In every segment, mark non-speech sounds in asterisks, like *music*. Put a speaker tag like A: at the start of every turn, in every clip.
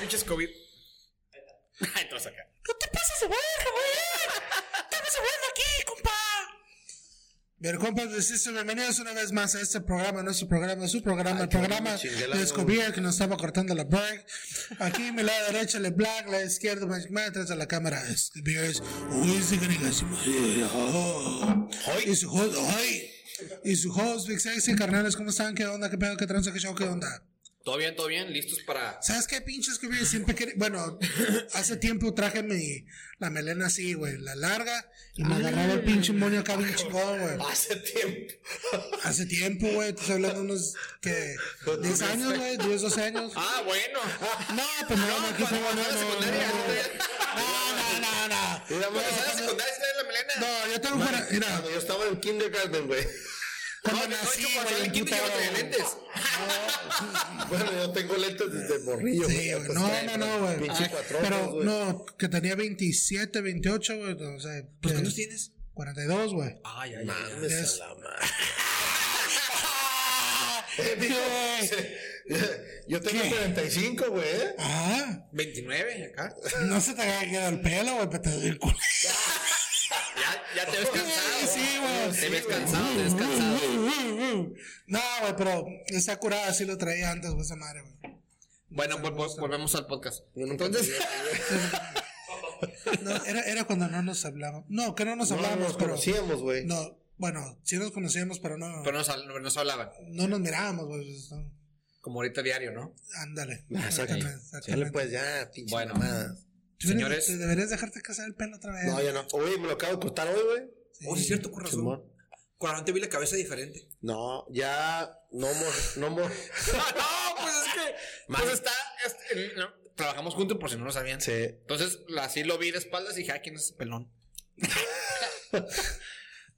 A: pinches COVID. Entras acá.
B: ¡No te pases de verga, güey! ¡Estamos hablando aquí, compa!
C: Bien, compas, les hizo bienvenidos una vez más a este programa, nuestro programa, su programa, el
D: qué
C: programa.
D: bueno, chingue la
C: Descubrí que nos estaba cortando la break. Aquí, mi lado derecho, le black, la izquierda, Magic Man, atrás de la cámara. Es que es, uy, se gringa, sí, madre, eh, oh. Y su host, hoy. Y su host, Big Sexy, carnales, ¿cómo están? ¿Qué onda? ¿Qué pedo? ¿Qué tranza? ¿Qué show? ¿Qué onda?
A: Todo bien, todo bien. Listos para.
C: ¿Sabes qué pinches que siempre quería? Bueno, hace tiempo traje mi, la melena así, güey, la larga, y me agarraba el pinche moño acá bien chingón, güey.
D: Hace tiempo.
C: Hace tiempo, güey, te estoy hablando unos, que, 10 años, güey, 10, 12 años.
A: *laughs* Ah, bueno.
C: No, pues no,
A: No,
C: no, aquí
A: cuando
C: fue bueno,
A: estaba en
C: no,
A: secundaria,
C: no,
A: no,
C: no, no, no, no.
D: Mira,
A: Cuando estaba
D: bueno,
A: en la
D: cuando-
A: secundaria estaba en la melena.
C: No, yo tengo fuera, mira,
D: Cuando yo estaba en el kindergarten, güey. *laughs*
C: cuando
A: no,
C: nací,
A: yo cuando
C: güey,
A: estaba en
C: el
A: kinder
C: puto-
A: yo no tenía lentes.
D: Bueno, yo tengo lentes desde morrillo.
C: Sí, güey, no, no, no, güey.
D: Pinche cuatro.
C: Pero,
D: *laughs*
C: no, que tenía 27, 28, güey, o sea.
B: ¿Pues
C: eh,
B: cuántos tienes?
C: 42, güey.
A: Ah,
B: Ay, ay,
D: Mames a la madre. Eh, digo, *laughs* Yo tengo
C: ¿Qué?
D: 45, güey. ¿eh?
C: Ah,
A: 29 acá.
C: no se te haga quedar el pelo, güey, pero te doy el culo. *laughs*
A: Ya, ya te ves cansado.
C: Sí, güey.
A: Te ves cansado, te ves cansado.
C: No, güey, pero está curada, sí lo traía antes, güey, esa madre, güey.
A: Bueno, vol- vol- volvemos al podcast.
D: Yo nunca
A: Entonces,
C: *laughs* No, era, era cuando no nos hablábamos. No, que no nos
D: No,
C: hablábamos,
D: nos
C: pero.
D: conocíamos, güey.
C: No, bueno, sí nos conocíamos, pero no.
A: pero nos, habl- nos hablaban.
C: no nos mirábamos, güey. pues, no.
A: Como ahorita diario, ¿no?
C: Ándale.
D: Exacto.
C: Exactamente, exactamente.
D: Dale pues ya, pinche
A: Bueno.
D: mamada.
C: Tú deberías-
A: señores.
C: te Deberías dejarte casar el pelo otra vez.
D: No, ya no. Oye, me lo acabo de cortar hoy, güey.
B: Oh, sí, es cierto, con razón.
D: Simón.
B: Con razón te vi la cabeza diferente.
D: No, ya no mor,
C: *laughs*
D: no mor.
A: no, pues es que. Pues está. este, no, trabajamos juntos por si no lo sabían.
D: Sí.
A: Entonces, la- así lo vi de espaldas y dije, ah, ¿quién es ese pelón? *laughs*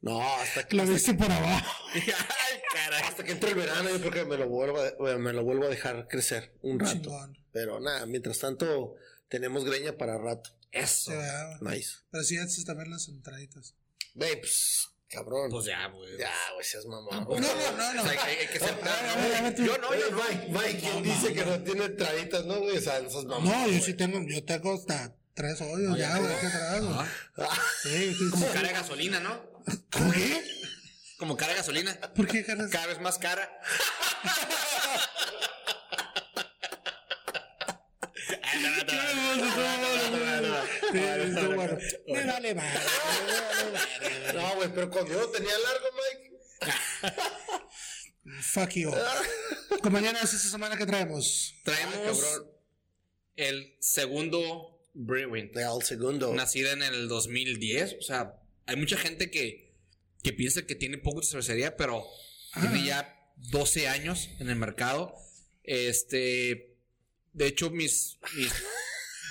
D: No, hasta que
C: Lo viste por abajo.
A: Dije, Ay, caray.
D: hasta que entre el verano yo creo que me lo vuelvo a, bueno, me lo vuelvo a dejar crecer un rato.
C: Chingón.
D: Pero nada, mientras tanto tenemos greña para rato.
A: Eso.
C: Se vea, güey.
D: Nice.
C: Pero sí, antes también las entraditas.
D: Güey, pues, cabrón.
A: Pues ya, güey.
D: ya, güey, seas mamón.
C: No, no, no, no.
A: O sea, hay, hay que ser.
C: Ah, a ver, a ver, tú.
A: yo no, yo
D: Oye,
A: no.
D: Mike, Mike, ¿quién dice que no tiene traditas, no, güey? O sea, esas mamón.
C: No, yo sí tengo, yo tengo hasta tres hoyos ya, güey, ¿qué traes, güey? Sí, sí,
A: Como
C: sí.
A: cara de gasolina, ¿no?
C: ¿Por qué?
A: Como cara de gasolina.
C: ¿Por qué, Carlos?
A: Cada vez más cara. Ah, no, no, no, no.
C: Sí, está bueno. Me vale, vale.
D: *laughs* No, güey, pero cuando yo lo tenía largo, Mike.
C: Fuck
A: *laughs*
C: you. Compañeros, esta semana que traemos.
A: Traemos
D: cabrón.
A: el segundo Brewing.
D: De al segundo.
A: Nacida en el 2010. O sea, hay mucha gente que, que piensa que tiene poco de cervecería, pero
C: Ah,
A: tiene ya 12 años en el mercado. Este. De hecho, mis,
C: *laughs*
A: mis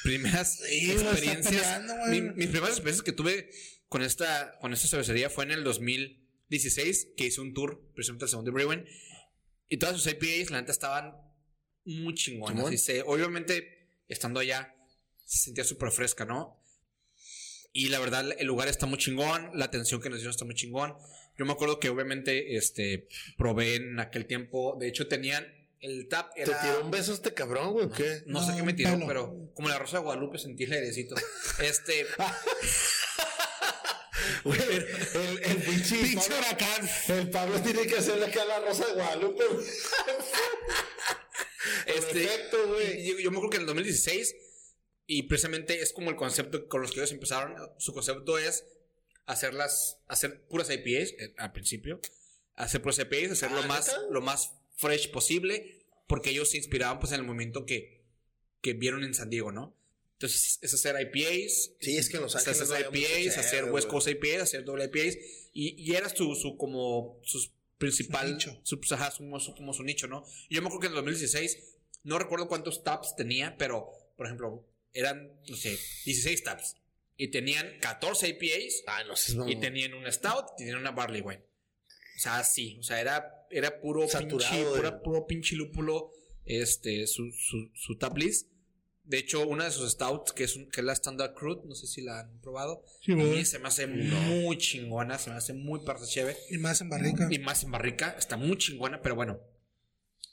A: primeras
C: Sí, lo está
A: experiencias.
C: peleando, güey.
A: mi- mis primeras experiencias que tuve con esta, con esta cervecería fue en el 2016, que hice un tour, precisamente el segundo Brewing. Y todas sus IPAs, la neta, estaban muy chingonas.
D: Simón.
A: Y se- obviamente, estando allá, se sentía súper fresca, ¿no? Y la verdad, el lugar está muy chingón, la atención que nos dieron está muy chingón. Yo me acuerdo que obviamente este, probé en aquel tiempo, de hecho tenían el tap,
D: ¿Te
A: era...
D: tiró un beso este cabrón, güey? o ¿Qué?
A: No sé
C: No,
A: qué me tiró,
C: pelo.
A: pero como la rosa de Guadalupe sentí el
D: *laughs*
A: airecito. Este,
D: Ah, Güey, el, el pinche.
C: Pinche
D: Pablo-
C: huracán.
D: el Pablo tiene que hacerle acá la rosa de Guadalupe, güey.
A: este
D: Perfecto, güey.
A: Yo, yo me acuerdo que en el 2016 y precisamente es como el concepto con los que ellos empezaron, su concepto es hacerlas hacer puras IPAs eh, al principio, hacer puras IPAs, hacer lo
D: Ah,
A: más
D: ¿neta?
A: lo más fresh posible, porque ellos se inspiraban pues en el momento que que vieron en San Diego, ¿no? Entonces, es hacer IPAs,
D: Sí, es que en Los
A: o sea, hacer
D: Ángeles. no había mucho
A: IPAs,
D: cheve,
A: hacer West
D: güey.
A: Coast IPAs, hacer doble IPAs. Y, y era su, su como su
C: Su
A: principal.
C: nicho.
A: Su, pues, ajá, su- como su- como su nicho, ¿no? Y yo me acuerdo que en el 2016, no recuerdo cuántos tabs tenía, pero, por ejemplo, eran, no sé, 16 tabs. Y tenían 14 IPAs.
D: Ah, no sé,
A: Y tenían un stout, y tenían una barley wine. O sea, sí, o sea, era, era puro
D: Saturado
A: pinche,
D: de-
A: pura- puro pinche lúpulo, este, su, su, su tap list. De hecho, una de sus stouts, que es, un- que es la Standard Crude, no sé si la han probado,
C: Sí,
A: a mí
C: ¿verdad?
A: se me hace muy chingona, se me hace muy parte chévere.
C: Y más en barrica.
A: Y más en barrica, está muy chingona, pero bueno.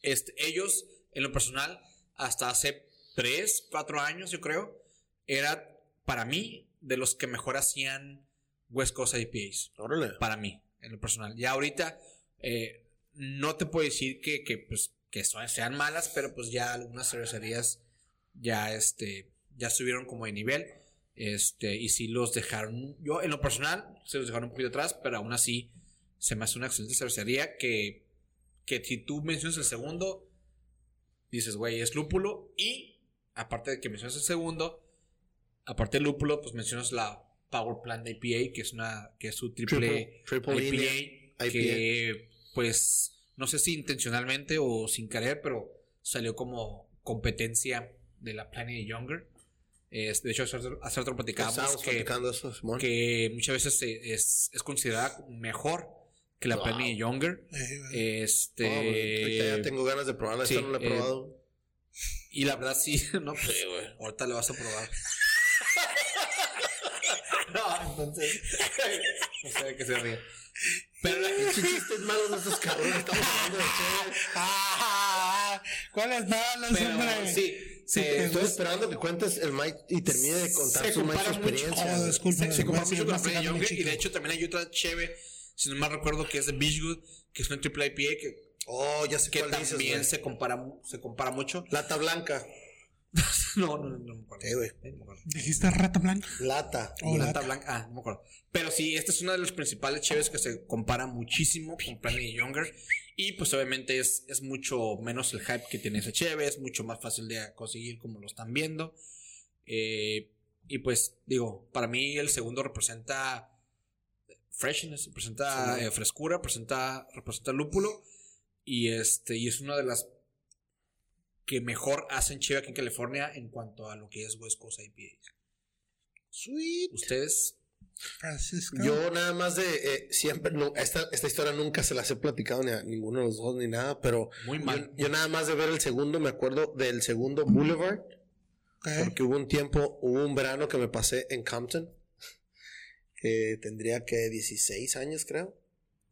A: Este, ellos, en lo personal, hasta hace tres, cuatro años, yo creo, era para mí de los que mejor hacían West Coast IPAs.
D: Órale.
A: Para mí, en lo personal. Ya ahorita eh, no te puedo decir que, que, pues, que son- sean malas, pero pues ya algunas cervecerías ya, este, ya subieron como de nivel. Este, y sí los dejaron. Yo, en lo personal, se los dejaron un poquito atrás, pero aún así se me hace una excelente cervecería que, que si tú mencionas el segundo, dices, güey, es lúpulo. Y aparte de que mencionas el segundo, aparte del lúpulo, pues mencionas la Power Plant IPA, que es una, que es su triple,
D: Triple
A: IPA,
D: IPA.
A: que pues no sé si intencionalmente o sin querer, pero salió como competencia de la Planet Younger. Es- de hecho, hace rato- hace rato platicábamos
D: Estábamos
A: que,
D: platicando eso, Simón.
A: que muchas veces se- es, es considerada mejor que la
D: Wow.
A: Planet Younger.
C: Eh, güey. *laughs*
A: Este.
D: No, güey, ahorita ya tengo ganas de probarla.
A: sí,
D: Esta no la
A: eh,
D: he probado.
A: Y la verdad sí, *laughs* no, pues, ahorita lo vas a probar. *laughs* no, entonces. no sé de qué se ríe. Pero
D: *laughs* Pinche chistes malos de estos cabrones. Estamos hablando
A: *laughs*
D: de chévere.
C: Ah, ¿Cuáles malas,
A: Pero
D: *laughs*
C: hombre?
A: sí, sí, entonces,
C: te-
D: Estoy esperando que cuentes el Mike y termine de contar
A: Eh, pues, Se
D: su Mike
A: compara
D: su
A: mucho.
D: experiencia.
C: Oh,
D: güey.
C: disculpa.
A: se, se compara
C: más-
A: mucho con la
C: más
A: Playa
C: grande,
A: Younger, y
C: chico.
A: de hecho también hay otra chévere, si no mal recuerdo, que es de Beach Good, que es una triple IPA que,
D: Oh, ya sé
A: que
D: cuál dices,
A: también
D: güey.
A: se compara mu- se compara
D: *laughs*
A: mucho.
D: Lata blanca.
A: no, no, no, no me acuerdo.
D: Eh, güey.
A: Eh, no me acuerdo.
C: Dijiste rata blanca.
D: Lata.
C: Oh,
A: Planta
C: lata.
A: blanca. Ah, no me acuerdo. Pero sí, esta es una de las principales cheves que se compara muchísimo con Planet Younger. Y pues obviamente es, es mucho menos el hype que tiene esa cheve, es mucho más fácil de conseguir como lo están viendo. Eh, y pues digo, para mí el segundo representa freshness, representa
D: Sí.
A: eh, frescura, representa, representa lúpulo. Y este, y es una de las que mejor hacen cheve aquí en California en cuanto a lo que es West Coast IPA.
D: Sweet.
A: Ustedes
C: Francisco.
D: Yo nada más de eh, siempre, no, esta, esta historia nunca se las he platicado ni a ninguno de los dos ni nada, pero
A: Muy
D: yo,
A: mal.
D: yo nada más de ver el segundo, me acuerdo del segundo Boulevard,
C: Ok.
D: porque hubo un tiempo, hubo un verano que me pasé en Compton, Eh, tendría que 16 años creo,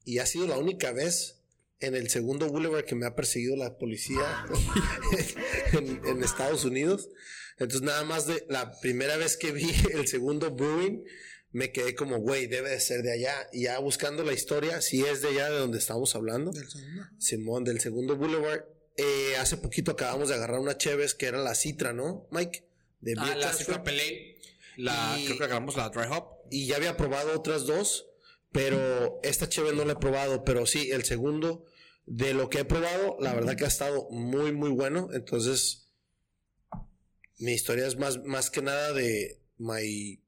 D: y ha sido la única vez en el segundo Boulevard que me ha perseguido la policía *laughs* en, en Estados Unidos. Entonces nada más de la primera vez que vi *laughs* el segundo Brewing, me quedé como, güey, debe de ser de allá. Y ya buscando la historia, si es de allá de donde estamos hablando.
C: Del segundo.
D: Simón del segundo Boulevard. Eh, hace poquito acabamos de agarrar una Cheves que era la Citra, ¿no, Mike? De
A: Ah,
D: Beer
A: la
D: Transfer.
A: Citra Pelé. La,
D: Y-
A: Creo que agarramos la Dry Hop.
D: Y ya había probado otras dos, pero esta Cheves no la he probado. Pero sí, el segundo de lo que he probado, la verdad que ha estado muy, muy bueno. Entonces, mi historia es más, más que nada de my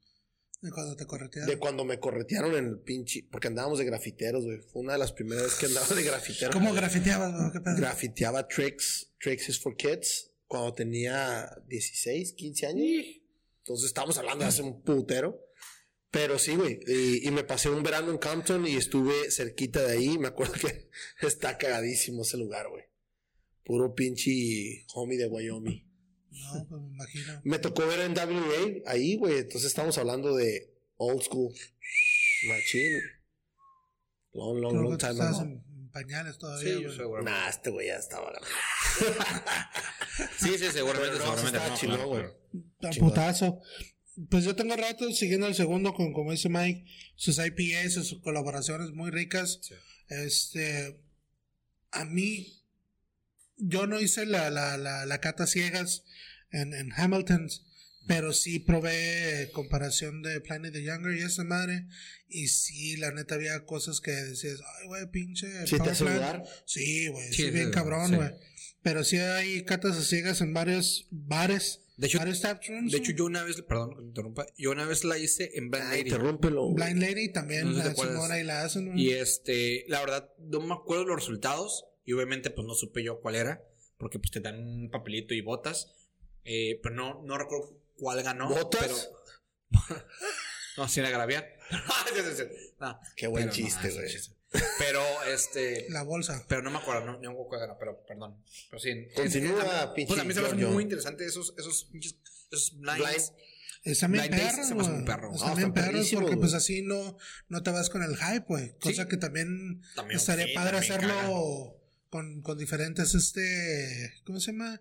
C: De cuando te corretearon.
D: de cuando me corretearon en el pinche, porque andábamos de grafiteros, güey. Fue una de las primeras veces que andaba de grafitero.
C: ¿Cómo grafiteabas, güey? ¿Qué pedo?
D: grafiteaba tricks, tricks is for kids, cuando tenía 16, 15 años. Entonces estamos hablando de hace un putero. Pero sí, güey. Y, y me pasé un verano en Compton y estuve cerquita de ahí. Me acuerdo que *laughs* está cagadísimo ese lugar, güey. Puro pinche homie de Wyoming.
C: No, pues me imagino.
D: Me tocó ver en WA ahí, güey. Entonces estamos hablando de old school. Machín. Long,
C: Creo
D: long,
C: que
D: long
C: tú
D: time
C: estabas
D: ago.
C: en en pañales
D: Ah,
C: todavía,
A: Sí,
C: güey.
A: seguramente.
D: Nah, este güey ya estaba grande.
A: Sí, sí, seguramente,
D: Pero no,
A: seguramente.
D: está
A: No,
D: chingón,
A: claro,
D: güey.
A: claro.
C: Tan
D: Chingón.
C: putazo. Pues yo tengo rato siguiendo el segundo con, como dice Mike, sus IPAs, sus colaboraciones muy ricas.
A: Sí.
C: Este, a mí, yo no hice la, la, la, la cata ciegas en, en Hamilton, pero sí probé comparación de Planet the Younger y esa madre. Y sí, la neta había cosas que decías, ay, güey, pinche.
D: Si te
C: Power
D: hace
C: Plant".
D: dudar,
C: Sí, güey,
A: Sí,
C: sí, bien
A: sí,
C: cabrón,
A: sí.
C: güey. Pero sí hay catas a ciegas en varios bares.
A: De hecho-
C: varios tap rooms,
A: De hecho, yo una vez, perdón que te interrumpa, yo una vez la hice en Blind
D: Ay,
A: Lady.
D: interrúmpelo. güey.
C: Blind Lady también
A: No sé si te
C: la
A: acuerdas.
C: Simona y la hacen. güey.
A: Y
D: Mm.
A: este, la verdad, no me acuerdo los resultados. Y obviamente, pues no supe yo cuál era. Porque pues te dan un papelito y botas. Eh, pero no, no recuerdo cuál ganó.
D: ¿Botas?
A: Pero... *laughs* no, sin agraviar. *laughs* Sí, sí, sí. No,
D: Qué buen
A: pero no,
D: chiste,
A: es un
D: güey.
A: chiste. Pero este.
C: La bolsa.
A: Pero no me acuerdo, no, no me acuerdo, pero perdón. Pero sí,
D: Continúa,
A: es- a mí-
D: pinche
A: Pues a mí se me hace
D: Giorgio.
A: muy interesante esos, esos, pinches- esos blinds.
C: Están bien
A: Blind Taste
C: perros,
A: se me hace un
C: güey.
A: perro.
D: Ah,
C: Están bien
D: están
C: perros
D: perrísimos,
C: porque
D: güey.
C: pues así no, no te vas con el hype, güey. Cosa
A: Sí.
C: que también,
A: También,
C: estaría
A: sí,
C: padre
A: también
C: hacerlo
A: cagan.
C: con, con diferentes, este, ¿cómo se llama?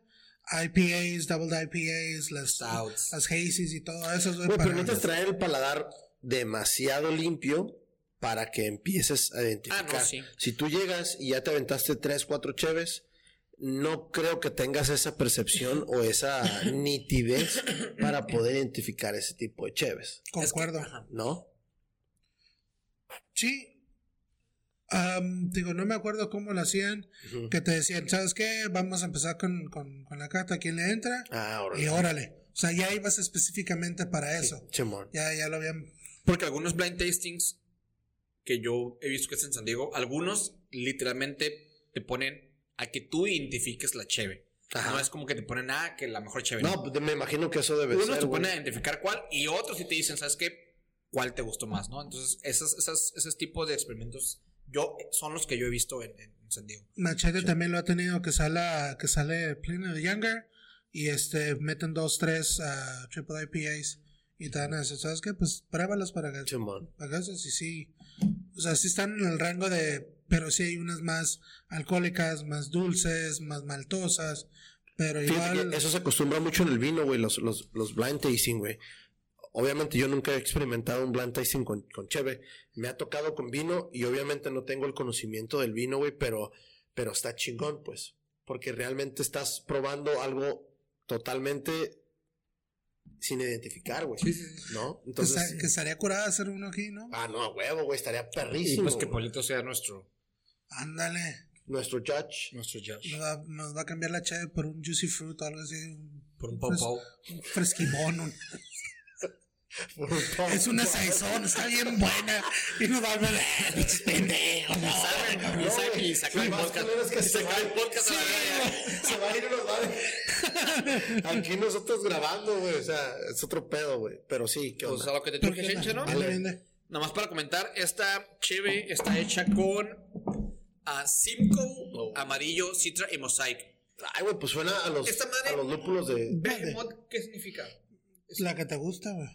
C: IPAs, double IPAs, las,
A: Stouts.
C: las hazies y todo eso. güey,
D: Güey,
C: para-
D: permites traer el paladar demasiado limpio para que empieces a identificar.
A: Ah, no, sí.
D: Si tú llegas y ya te aventaste tres, cuatro cheves, no creo que tengas esa percepción o esa
A: *laughs*
D: nitidez
A: *coughs*
D: para poder identificar ese tipo de cheves,
C: Concuerdo.
D: ¿no?
C: Sí. Am, digo, no me acuerdo cómo lo hacían,
D: Ujú.
C: que te decían, ¿sabes qué? Vamos a empezar con, con, con la carta, ¿quién le entra?
D: Ah,
C: Y
D: órale.
C: órale. O sea, ya ibas específicamente para eso.
D: Chimón.
C: Ya, ya lo habían...
A: Porque algunos blind tastings que yo he visto que es en San Diego, algunos literalmente te ponen a que tú identifiques la cheve.
D: Ajá.
A: No es como que te ponen a que la mejor cheve.
D: No, pues, me imagino que eso debe
A: Unos
D: ser.
A: te ponen
D: güey.
A: a identificar cuál y otros sí te dicen, ¿sabes qué? ¿Cuál te gustó más? ¿no? Entonces, esas, esas, esos tipos de experimentos yo, son los que yo he visto en, en- en San Diego.
C: Machete también lo ha tenido que sale, que sale Pliny the Younger y este, meten dos, tres ah, triple IPAs y te dan eso. ¿Sabes qué? Pues pruébalos para que...
D: Chimón.
C: Pagazos y sí. O sea, sí están en el rango de. Pero sí hay unas más alcohólicas, más dulces, más maltosas. Pero
D: Fíjate
C: igual.
D: que eso se acostumbra mucho en el vino, güey, los, los, los blind tasting, güey. Obviamente yo nunca he experimentado un blind tasting con, con cheve. Me ha tocado con vino y obviamente no tengo el conocimiento del vino, güey, pero, pero está chingón, pues. Porque realmente estás probando algo totalmente sin identificar, güey. ¿No?
C: que,
D: Entonces...
C: esta- que estaría curada hacer uno aquí, ¿no?
D: Ah, no, a huevo, güey, estaría
A: Y
D: perrísimo.
A: pues que
D: güey.
A: Polito sea nuestro,
C: Ándale.
D: Nuestro judge.
A: nuestro judge.
C: Nos va, nos va a cambiar la chave por un juicy fruit o algo así. Un,
A: Por un pau pau.
C: un fresquimón. un- es
D: *laughs*
C: una saizón, está bien buena. Y nos va a ver. "Pinches pendejos, no".
A: Y saca- y saca el
D: Lo más
A: podcast.
D: culero es que
A: Y
D: se
A: saca
D: va-
A: el podcast a la
D: Sí,
A: verga.
D: güey. Se va a ir y nos va
A: *laughs*
D: a de- Aquí nosotros grabando, güey. O sea, es otro pedo, güey. Pero sí, ¿qué
A: Pues
D: onda?
A: a lo que te
C: ¿Por qué
A: truje, chencha, ¿no?
C: Ándale, ándale.
A: Nada más para comentar, esta cheve está hecha con ah, Simcoe, amarillo, citra y mosaic.
D: Ay, güey, pues suena a los,
A: ah, Esta madre-
D: a los lúpulos de.
A: Behemoth, ¿qué significa?
C: La que te gusta, güey.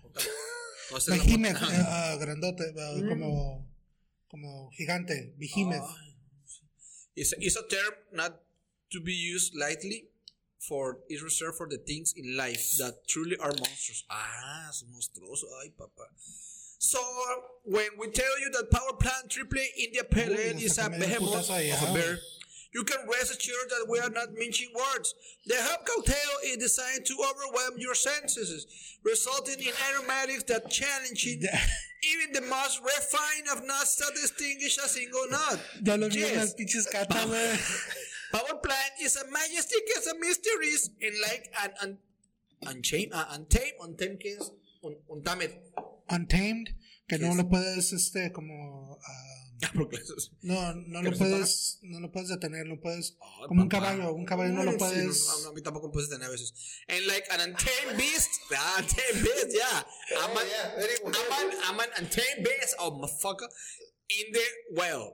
A: No sé, la- Mm.
C: Vejime, ah, grandote, ah, como, como gigante, vejime.
A: Ah, It's, it's a term not to be used lightly for it's reserved for the things in life that truly are monsters. Ah, es monstruoso. Ay, papá. So, when we tell you that power plant triple India pellet
C: Uy,
A: is
C: hasta
A: a
C: me dio un
A: behemoth
C: putazo ahí,
A: of a
C: ah.
A: bear, you can rest assured that we are not mincing words. The herb cocktail is designed to overwhelm your senses, resulting in aromatics that challenging even the most refined of nuts that distinguish a single nut.
C: Ya lo vi en
A: Yes,
C: las pinches catas, güey.
A: power plant is a majestic as a mysteries and like an un, unchained, uh, untamed, untamed case, un, untamed. *laughs*
C: Untamed, que no
A: Yes.
C: lo puedes, este, como. ah,
A: Porque eso es-
C: no, no lo
A: no se para?
C: puedes, no lo puedes detener, no puedes.
A: Ay,
C: como un
A: papá.
C: caballo, un caballo no
A: Ay,
C: lo
A: sí,
C: puedes.
A: no, a mí tampoco me puedes tener a veces. And like an untamed beast, ah, untamed beast, yeah. I'm an,
D: yeah, very well.
A: I'm an, I'm an untamed beast, oh motherfucker, in the well.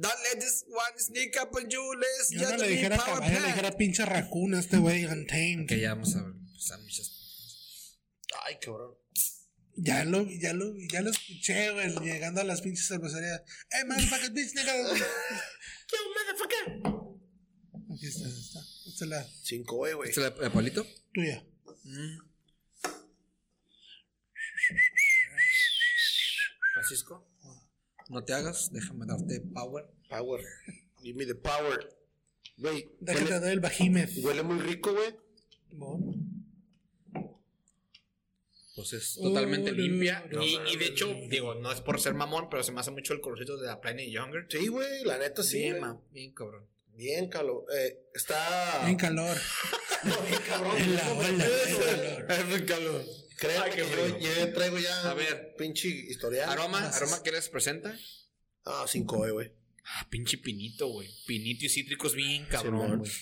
A: Don't let this one sneak up on you, let's
C: Yo no
A: just
C: le
A: be
C: dijera
A: power
C: caballo, le
A: plant.
C: dijera pinche raccoon a este güey, Untamed.
A: Que ya vamos a empezar muchas.
D: Ay, cabrón.
C: Ya lo, ya lo, ya lo escuché, güey, llegando a las pinches cervecerías. Hey, motherfucker, bitch, nigga. ¿Qué motherfucker? Aquí está, está. Esta es la
D: Cinco, eh, güey.
A: ¿Este la, la palito?
C: tuya.
A: Francisco, no te hagas, déjame darte power.
D: Power. Give me the power. Güey,
C: Déjate
D: huele,
C: dar el bajime.
D: huele muy rico, güey.
A: Pues es totalmente
C: Oh, no,
A: limpia.
C: no,
A: y, y de hecho, digo, no es por ser mamón, pero se me hace mucho el colorcito de la Planet Younger.
D: Sí, güey, la neta sí.
A: bien,
D: güey.
A: ma, bien, cabrón.
D: Bien, calor. Eh, está.
C: En calor.
D: No, bien cabrón.
C: En la
D: ¿Cómo
C: ola,
D: crees,
C: en calor.
D: güey?
A: calor.
D: Créeme
A: Ay, qué
D: que yo,
A: frío.
D: yo traigo ya.
A: A ver. Ah,
D: Pinche historial.
A: Aroma, aroma que les presenta.
D: Ah, cinco, eh, güey.
A: Ah, pinche pinito, güey. Pinito y cítricos bien cabrón,
D: Simón.
A: güey.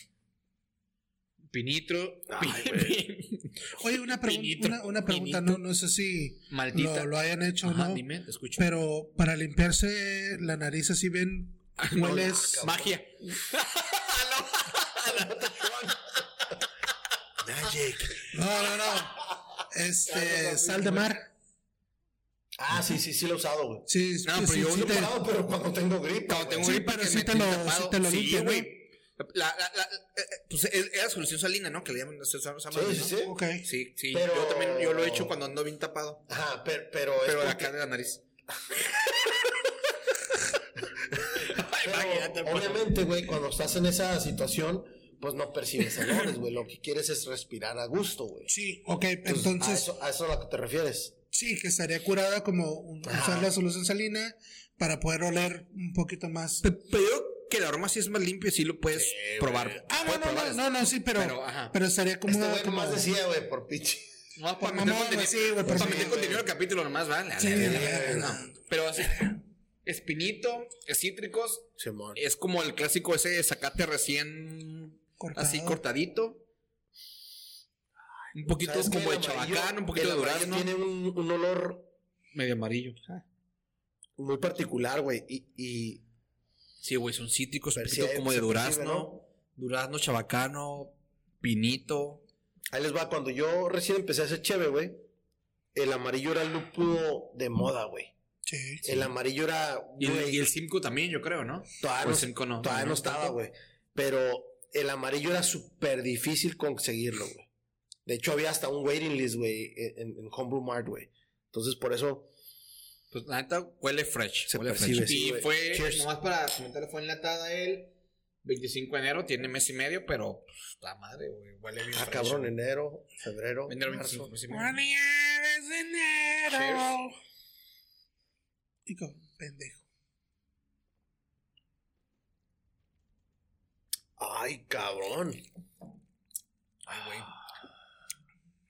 A: Pinito,
D: Ay,
A: pin-
C: Oye, una, pregun-
A: Pinito,
C: una, una pregunta,
A: pinito.
C: no, no sé si
A: maldita.
C: lo, lo hayan hecho o
A: Ajá,
C: no,
A: dime, te escucho.
C: pero para limpiarse la nariz así bien,
A: Ah, No,
C: ¿cuál es?
A: Magia.
D: Magic.
C: No, no, no. Este, sal de mar.
D: Ah, sí, sí, sí lo he usado, güey.
C: Sí,
A: No,
C: sí,
A: pero
C: sí,
A: yo
C: sí
A: lo
D: Lo he
C: te-
D: usado, pero cuando tengo gripa.
A: Cuando tengo
D: güey.
C: Sí,
A: gripa
C: pero
A: que
C: sí
A: me
C: te
A: tiene
C: lo-
A: tapado.
C: sí te lo limpia, ¿no?
A: güey. La, la- la- eh, eh, pues es- era solución salina, ¿no? Que le llaman se usa- usa
D: Sí,
A: más, Ah,
D: sí,
A: ¿no?
D: sí.
C: Ok.
A: Sí, sí.
D: Pero-
A: Yo también yo lo he
C: *laughs*
A: hecho cuando ando bien tapado.
D: Ajá, per- pero, es
A: Pero de
D: porque-
A: acá de la nariz. *laughs*
D: pero
A: pues.
D: obviamente, güey, cuando estás en esa situación, pues no percibes olores, güey. Lo que quieres es respirar a gusto, güey.
C: Sí, ok.
A: Ah,
D: a
C: Entonces,
D: eso, a eso es a lo que te refieres.
C: sí, que estaría curada como un-
D: Ajá.
C: usar la solución salina para poder oler un poquito más.
A: Pe- Pero yo creo que el aroma sí es más limpio, sí lo puedes probar.
C: Ah, no,
A: Puedes
C: no,
A: probar
C: no,
A: eso.
C: no, no, sí, pero,
A: Pero, ajá.
C: pero, estaría como...
D: Este güey
C: como-
D: nomás decía, güey, por pinche.
A: No,
C: Por
A: para meter
C: mamón,
A: contenido,
C: sí, güey, por
A: para
C: sí,
A: meter
D: güey.
A: contenido al capítulo nomás, ¿vale?
C: Sí,
A: Pero así, espinito, cítricos,
D: Simón.
A: es como el clásico ese zacate recién
C: Cortado.
A: así cortadito. Un poquito
D: ¿Sabes qué?
A: como de
D: El amarillo-
A: chabacán, un poquito
D: el
A: de
D: amarillo
A: durazno. Ah.
D: Tiene un, un olor
A: Medio amarillo.
D: muy particular, güey. Y, y
A: Sí, güey, son cítricos, un
D: Pero sí
A: poquito
D: hay-
A: como de
D: se percibe,
A: durazno.
D: ¿no?
A: Durazno, chabacano, pinito.
D: ahí les va, cuando yo recién empecé a hacer cheve, güey, el amarillo era el lúpulo de moda, güey.
C: Sí.
D: El amarillo era,
A: Y el,
D: güey,
A: y el Simco también, yo creo, ¿no?
D: todavía,
A: o Pues el
D: no,
A: cinco no,
D: todavía
A: no,
D: no
A: no
D: estaba,
A: tanto.
D: güey. Pero el amarillo era súper difícil conseguirlo, güey. De hecho, había hasta un waiting list, güey, en, en Homebrew Mart, güey. Entonces, por eso,
A: Pues la neta huele fresh.
D: Se
A: huele
D: percibe,
A: fresh.
D: sí,
A: y
D: güey.
A: fue,
D: Cheers.
A: nomás para comentar, fue enlatada el 25 de enero, tiene mes y medio, pero pues, la madre, güey, huele bien.
D: ah,
A: fresh,
D: cabrón,
A: güey.
D: enero, febrero,
A: Enero
D: marzo.
A: 25, mes y medio.
C: Bueno, ya es enero.
A: Cheers.
C: Y como pendejo.
D: Ay, cabrón.
A: Ay, güey.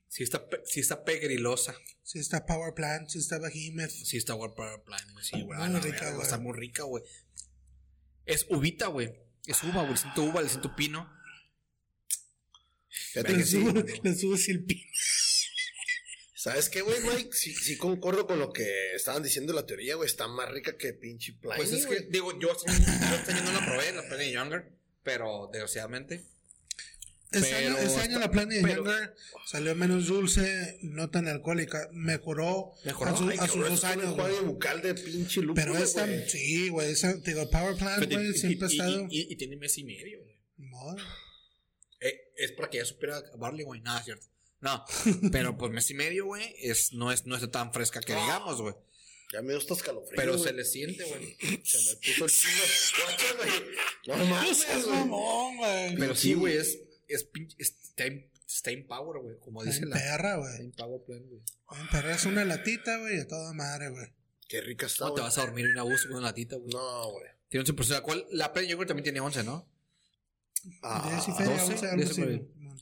A: Sí está, pe- sí está pegrilosa.
C: Si está Power Plant, si está Behemoth.
A: Sí está War Power Plan, güey. Sí, güey.
C: Muy
A: a la
C: rica,
A: verga,
C: güey.
A: Está muy rica, güey. Es uvita, güey. Es uva, güey. Le siento uva, le siento pino. Verga,
C: *laughs*
D: Fíjate
C: Le
D: que sí.
C: subo, le subo si el pino.
D: ¿Sabes qué, güey, Mike? Sí, sí concuerdo con lo que estaban diciendo la teoría, güey. Está más rica que pinche Pliny,
A: Pues es que,
D: güey.
A: digo, yo, yo, yo no la probé, la Penny Younger, pero desgraciadamente.
C: Este
A: Pero
C: año, este año
A: está-
C: la plana de
A: pero-
C: Younger salió menos dulce, no tan alcohólica. Mejoró,
A: Mejoró,
C: a, su-
A: ay,
C: a sus
D: Pero
C: dos
D: es un
C: años. güey.
D: enjuague bucal de pinche lúpulo,
C: Pero esta,
D: güey.
C: sí, güey. Esa, te digo, Power Plant,
A: Fíjate,
C: güey,
A: y-
C: siempre ha
A: y- y-
C: estado.
A: Y, y tiene mes y medio, güey.
C: Madre.
A: Eh, es para que ya supiera Barley, güey. Nada, cierto. No, pero pues mes y medio, güey, es, no, es, no está tan fresca que digamos, güey.
D: Ya me dio hasta escalofrío,
A: Pero
D: güey.
A: se le siente, güey.
D: Se me puso el chino. Guacha, güey. No mames,
C: Ah, Es
D: güey.
C: mamón, güey.
A: Pero sí, güey, es, es, pin- es- está, en, está en power, güey. Como dice
C: En
A: la.
C: perra,
A: Está
C: güey.
A: en power plan, güey.
C: En perra es una latita, güey, a toda madre, güey.
D: Qué rica está,
A: No te
D: güey.
A: vas a dormir en abuso con una latita, güey.
D: No, güey.
A: Tiene 11%. La cual, la Penny Younger también tiene 11, ¿no?
D: Ah,
C: Diez y feria,
A: 12,
C: once, algo
A: 10 y
C: así,
A: media.
C: güey. Bueno,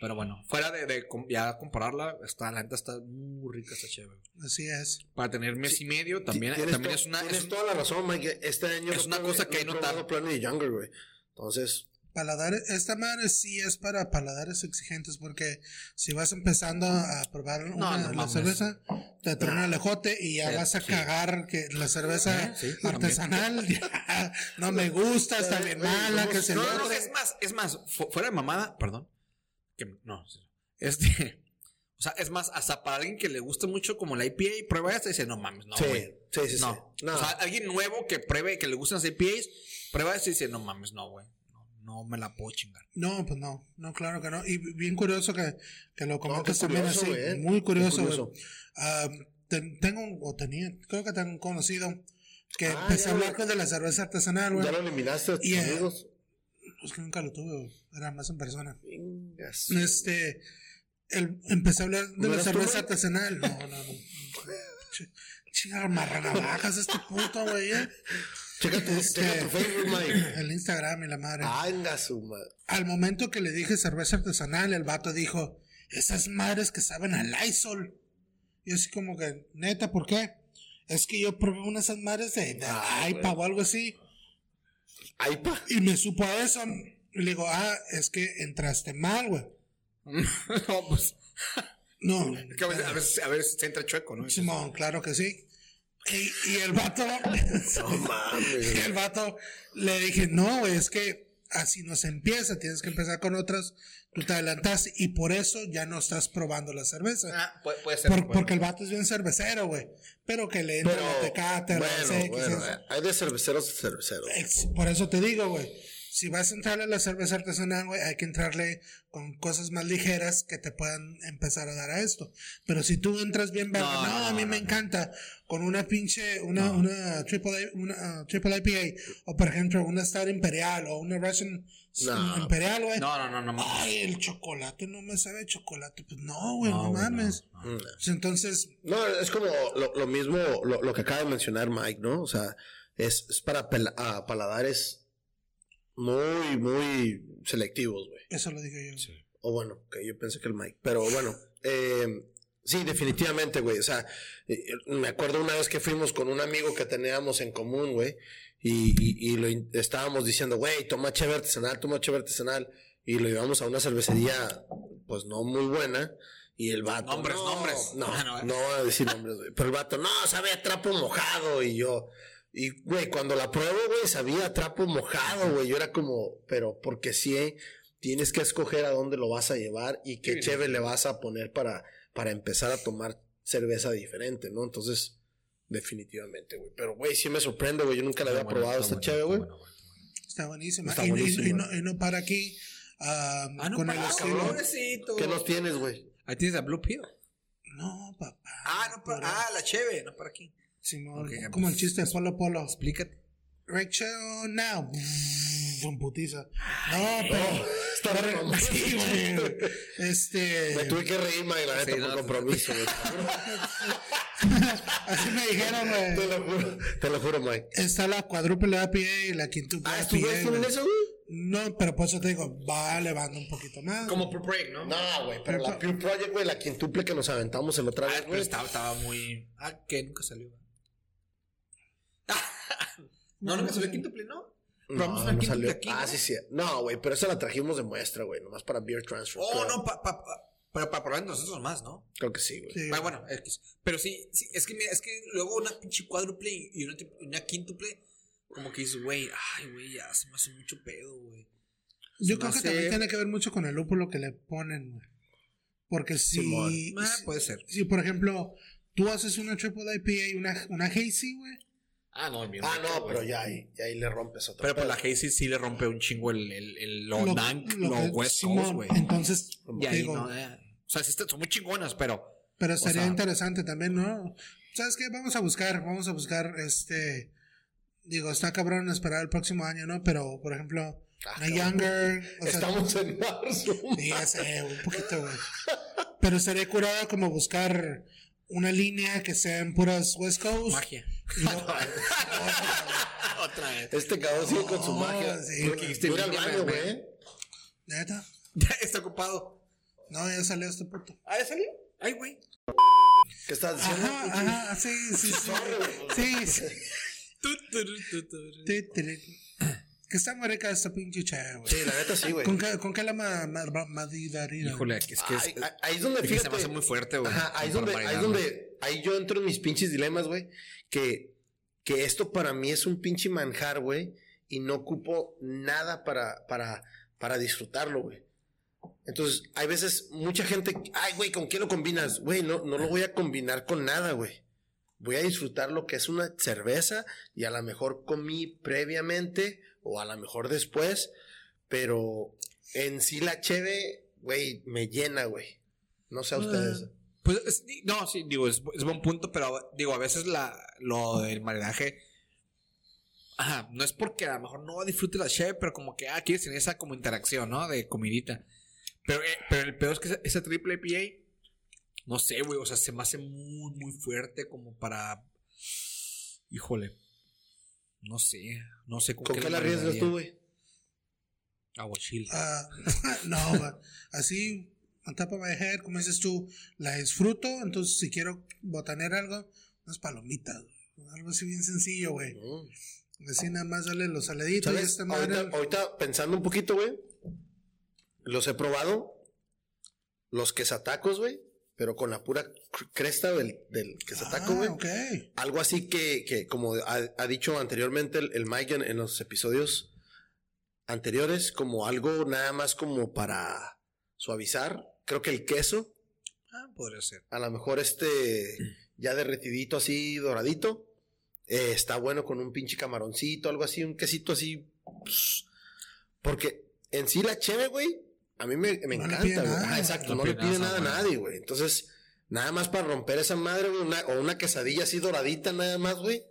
A: Pero bueno, fuera de, de com- ya compararla, está, la neta está muy rica esta chévere.
C: Así es.
A: Para tener mes y medio, también,
D: tienes
A: también
D: to-
A: es una.
D: Tienes
A: es un- ¿Eh?
D: toda la razón, Mike. Este año
A: es una cosa que ahí no
D: está.
A: tab-
D: Pliny Younger, güey. Entonces,
C: paladares, esta madre sí es para paladares exigentes porque si vas empezando a probar una,
A: no
C: la
A: mames.
C: cerveza, te traen el ejote y ya
A: Sí,
C: vas a
A: sí. ¿Eh?
C: cagar que la cerveza
A: Sí, sí,
C: artesanal *laughs* ya no me gusta, está bien
D: Oye,
C: mala,
D: somos-
C: que se
A: ¿Eh? No,
C: no,
A: no, no, es más, es más, fu- fuera de mamada, perdón. Que, no, este. O sea, es más, hasta para alguien que le gusta mucho como la IPA, prueba esta y dice, no mames, no,
D: sí,
A: güey.
D: sí, sí, sí.
A: no.
D: No.
A: O sea, alguien nuevo que pruebe, que le gustan las IPAs, prueba esta y dice, no mames, no, güey. No, no me la puedo
C: *laughs*
A: chingar.
C: no, pues no, no, claro que no. Y bien curioso que, que lo
D: No, qué
C: comentas también
D: curioso,
C: así,
D: güey. ¿eh?
C: muy curioso.
D: Qué
C: güey. Ah, ten- tengo, un- o tenía, creo que tengo un conocido que
D: Ah,
C: empezó a
D: ya,
C: hablar
D: güey.
C: de la cerveza artesanal, güey.
D: Ya lo eliminaste a tus
C: Y, eh,
D: amigos.
C: Pues que nunca lo tuve, güey. era más en persona.
D: Vengas.
C: Este. El, empecé a hablar de
D: ¿No
C: la
D: eras tú,
C: cerveza
D: güey?
C: artesanal. No, no, no. Ch- Chinga, marranavajas este puto, güey. eh.
D: Checa tu,
C: Este-
D: checa tu
A: *coughs*
D: Facebook, Mike.
C: El Instagram y la madre.
D: Venga su madre.
C: Al momento que le dije cerveza artesanal, el vato dijo: Esas madres que saben al Lysol. Y así como que, neta, ¿por qué? Es que yo probé unas esas madres de, de
A: Ah,
D: Ay,
C: IPA o algo así.
D: Ay, pa.
C: Y me supo a eso. Y le digo: Ah, es que entraste mal, güey.
A: no, pues.
C: No.
A: Es que a veces, a veces, a veces se entra chueco, ¿no?
C: Simón, claro que sí.
A: *laughs*
C: Y, y el vato,
D: No mames.
C: y el vato le dije, no, güey, es que así no se empieza, tienes que empezar con otras, tú te adelantaste y por eso ya no estás probando la cerveza.
A: Ah, puede, puede ser.
C: Por-
A: puede-
C: porque el vato es bien cervecero, güey, pero que le entra
D: Pero,
C: la tecate,
D: bueno, bueno, eh, hay de cerveceros a cerveceros.
C: por eso te digo, güey, si vas a entrarle a la cerveza artesanal, güey, hay que entrarle con cosas más ligeras que te puedan empezar a dar a esto. Pero si tú entras bien, verga, no,
A: No, no,
C: a mí
A: no,
C: me
A: no.
C: encanta, con una pinche, una,
A: No.
C: una, triple, I- una ah, triple IPA, o por ejemplo, una Star Imperial, o una Russian
D: No.
C: Imperial, güey.
A: No, no, no, no. mames.
C: Ay, el chocolate no me sabe a chocolate. Pues no, güey, no,
A: güey,
C: mames.
A: no, no.
D: Mm.
C: Pues entonces,
D: No, es como lo, lo mismo, lo, lo que acaba de mencionar Mike, ¿no? O sea, es, es para pela- ah, paladares muy, muy selectivos, güey.
C: eso lo dije yo.
D: O bueno, que yo pensé que el Mike. Pero bueno, eh, sí, definitivamente, güey. O sea, eh, me acuerdo una vez que fuimos con un amigo que teníamos en común, güey. Y, y- y lo in- estábamos diciendo, güey, toma chévere artesanal, toma chévere artesanal. Y lo llevamos a una cervecería, pues no muy buena. Y el vato.
A: Nombres,
D: no,
A: nombres. Ah,
D: No,
A: no, eh.
D: no voy a decir nombres, güey. Pero el vato, no, sabe a trapo mojado. Y yo. Y, güey, cuando la pruebo, güey, sabía a trapo mojado, güey. Yo era como, pero porque sí, eh, tienes que escoger a dónde lo vas a llevar y qué
A: Sí,
D: cheve le vas a poner para, para empezar a tomar cerveza diferente, ¿no? Entonces, definitivamente, güey. Pero, güey, sí me sorprende, güey. Yo nunca la había
A: Está bueno,
D: probado
A: está
D: esta
A: bueno,
D: cheve,
A: está
D: güey.
A: bueno, güey.
C: Está buenísima.
D: Está
C: y, no- y-
D: buenísima.
C: y no, y no para aquí. ah,
A: Ah, no,
C: con el
A: pará,
C: estilo.
A: pobrecito.
D: ¿Qué nos tienes, güey?
A: Ahí tienes a Blue Pill.
C: No, papá.
A: Ah, no, para, ah, la cheve, no para aquí.
C: Simón,
A: Ok,
C: como el
A: pues,
C: chiste de Polo Polo.
A: Explícate.
C: Rachel now. *laughs* Con putiza. No, pero.
D: Está bueno.
C: *laughs* Sí, güey.
D: *laughs* Me
C: Este.
D: tuve que reír, Mike, la neta,
A: Sí,
D: por
A: no,
D: compromiso, güey.
A: *laughs*
C: Así me dijeron,
D: Te
C: güey.
D: lo juro, te lo juro, Mike.
C: Está la cuádruple APA y la quintuple
D: Ah,
C: APA.
D: ¿estuviste en
C: güey.
D: eso, güey?
C: No, pero por eso te digo, va elevando un poquito más.
A: Como Pro Break, ¿no?
D: No, güey, pero la Pure Project, güey, la quintuple que nos aventamos el otra
A: Ah,
D: vez,
A: pero
D: güey.
A: estaba, estaba muy. Ah, que nunca salió. *laughs* no, nunca salió quintuple, ¿no? Probamos
D: No,
A: una
D: no
A: quintuple
D: salió.
A: aquí,
D: Ah,
A: ¿no?
D: sí, sí. No, güey, pero esa la trajimos de muestra, güey, nomás para Beer Transfer.
A: Oh,
D: creo.
A: no, pa, pa, pa- pero para probar nosotros más, ¿no?
D: Creo que sí, güey.
C: Sí.
A: Ah, bueno, X. Pero sí, sí, es que mira, es que luego una pinche cuádruple y y una, tri- una quíntuple, como que dices, güey, ay, güey, ya se me hace mucho pedo, güey.
C: Yo
A: No
C: creo que
A: sé.
C: también tiene que ver mucho con el lúpulo que le ponen, güey. Porque si,
D: Simón.
A: Ah, puede ser.
C: si, por ejemplo, tú haces una triple IPA y una, una hazy, güey.
A: Ah, no, el mío.
D: Ah, no,
A: güey.
D: pero ya ahí, ya ahí le rompes otra.
A: Pero pues la Hazy sí le rompe un chingo el, el, el lo,
C: lo-
A: dank,
C: lo
A: lo,
C: que-
A: West Coast,
C: Simón.
A: güey.
C: Entonces,
A: Y ahí
C: digo,
A: no, eh. O sea, sí están- son muy chingonas, pero.
C: pero sería
A: sea-
C: interesante también, ¿no? ¿Sabes qué? Vamos a buscar, vamos a buscar, este, digo, está cabrón esperar el próximo año, ¿no? Pero, por ejemplo,
D: Ah,
C: una
D: cabrón.
C: Younger. o sea,
D: Estamos en marzo.
C: Sí, ya sé, un poquito, güey. Pero estaría curado como buscar una línea que sean puras West Coast.
A: Magia.
C: Y luego-
A: *laughs* Otra vez.
D: Este cabrón sigue con su
C: No,
D: magia.
C: sí,
D: Yo-
C: que
A: este
D: yo era al
A: niño me-
D: baño, güey.
C: ¿Neta?
A: *laughs* Está ocupado.
C: No, ya salió este puto.
A: ¿Ah, ya salió? Ay, güey.
D: ¿Qué estás diciendo?
C: Ajá, ajá, sí, sí, sí. Sí, sí.
A: Tu, tu, ru, tu, tu, ru.
C: Ti, ti, ti. Que está muereca esta pinche chava, güey.
D: Sí, la neta sí, güey.
C: ¿Con qué, con qué la ma- ma- ma- madidarina?
A: Híjole, es que es.
D: Ahí- ahí- Ahí es donde
A: es que se me
D: fíjate-
A: hace muy fuerte, güey.
D: Ajá, ahí es donde, ahí es donde, ahí yo entro en mis pinches dilemas, güey. Que, que esto para mí es un pinche manjar, güey. Y no ocupo nada para, para, para disfrutarlo, güey. Entonces, hay veces mucha gente, ay, güey, ¿con qué lo combinas? Güey, no, no lo voy a combinar con nada, güey. Voy a disfrutar lo que es una cerveza y a lo mejor comí previamente o a lo mejor después, pero en sí la cheve, güey, me llena, güey. No sé a ustedes.
A: Pues, es- no, sí, digo, es, es buen punto, pero digo, a veces la, lo del maridaje. Ajá, no es porque a lo mejor no disfrute la chef, pero como que, ah, quieres tener esa como interacción, ¿no? De comidita. Pero, eh, pero el peor es que esa, esa triple IPA, no sé, güey, o sea, se me hace muy, muy fuerte como para. Híjole. No sé, no sé
D: ¿Con qué la arriesgas
A: riesgas
D: tú, güey?
A: Aguachile.
C: Ah, *laughs* no, güey. así, on top of my head, como dices tú, la disfruto. Entonces, si quiero botanear algo, unas palomitas. güey. Algo así bien sencillo, güey. Así nada más dale los saladitos y
D: ¿Sabes?
C: esta madre.
D: Ahorita, ahorita, pensando un poquito, güey, los he probado, los quesatacos, güey, pero con la pura cr- cresta del, del quesataco,
C: Ah,
D: güey.
C: ok.
D: Algo así que, que como ha, ha dicho anteriormente el, el Mike en, en los episodios anteriores, como algo nada más como para suavizar. Creo que el queso,
A: Ah, podría ser.
D: a lo mejor este ya derretidito así, doradito, eh, está bueno con un pinche camaroncito, algo así, un quesito así. pues, Porque en sí la cheve, güey, a mí me, me
C: No le
D: encanta,
C: pide
D: güey.
C: nada.
D: Ajá, exacto,
A: No
D: no le
A: pide
D: pide
A: nada,
D: nada a
A: güey.
D: nadie, güey. Entonces, nada más para romper esa madre, güey, una- o una quesadilla así doradita nada más, güey.